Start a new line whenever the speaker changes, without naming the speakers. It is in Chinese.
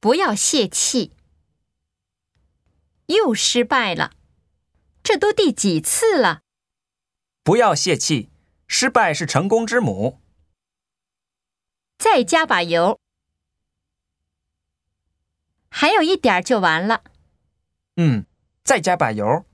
不要泄气。又失败了，这都第几次了？
不要泄气，失败是成功之母。
再加把油，还有一点儿就完了。
嗯，再加把油。